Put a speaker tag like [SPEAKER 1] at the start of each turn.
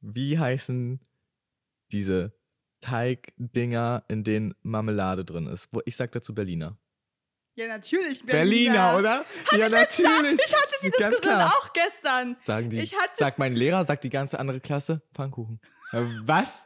[SPEAKER 1] Wie heißen diese Teigdinger, in denen Marmelade drin ist? Wo- Ich sag dazu Berliner.
[SPEAKER 2] Ja, natürlich.
[SPEAKER 1] Berliner, oder? ja, natürlich.
[SPEAKER 2] Ich hatte die
[SPEAKER 1] Ganz
[SPEAKER 2] Diskussion
[SPEAKER 1] klar.
[SPEAKER 2] auch gestern.
[SPEAKER 1] Sagen die.
[SPEAKER 2] Ich hatte-
[SPEAKER 1] sagt mein Lehrer, sagt die ganze andere Klasse, Pfannkuchen. Äh, Was?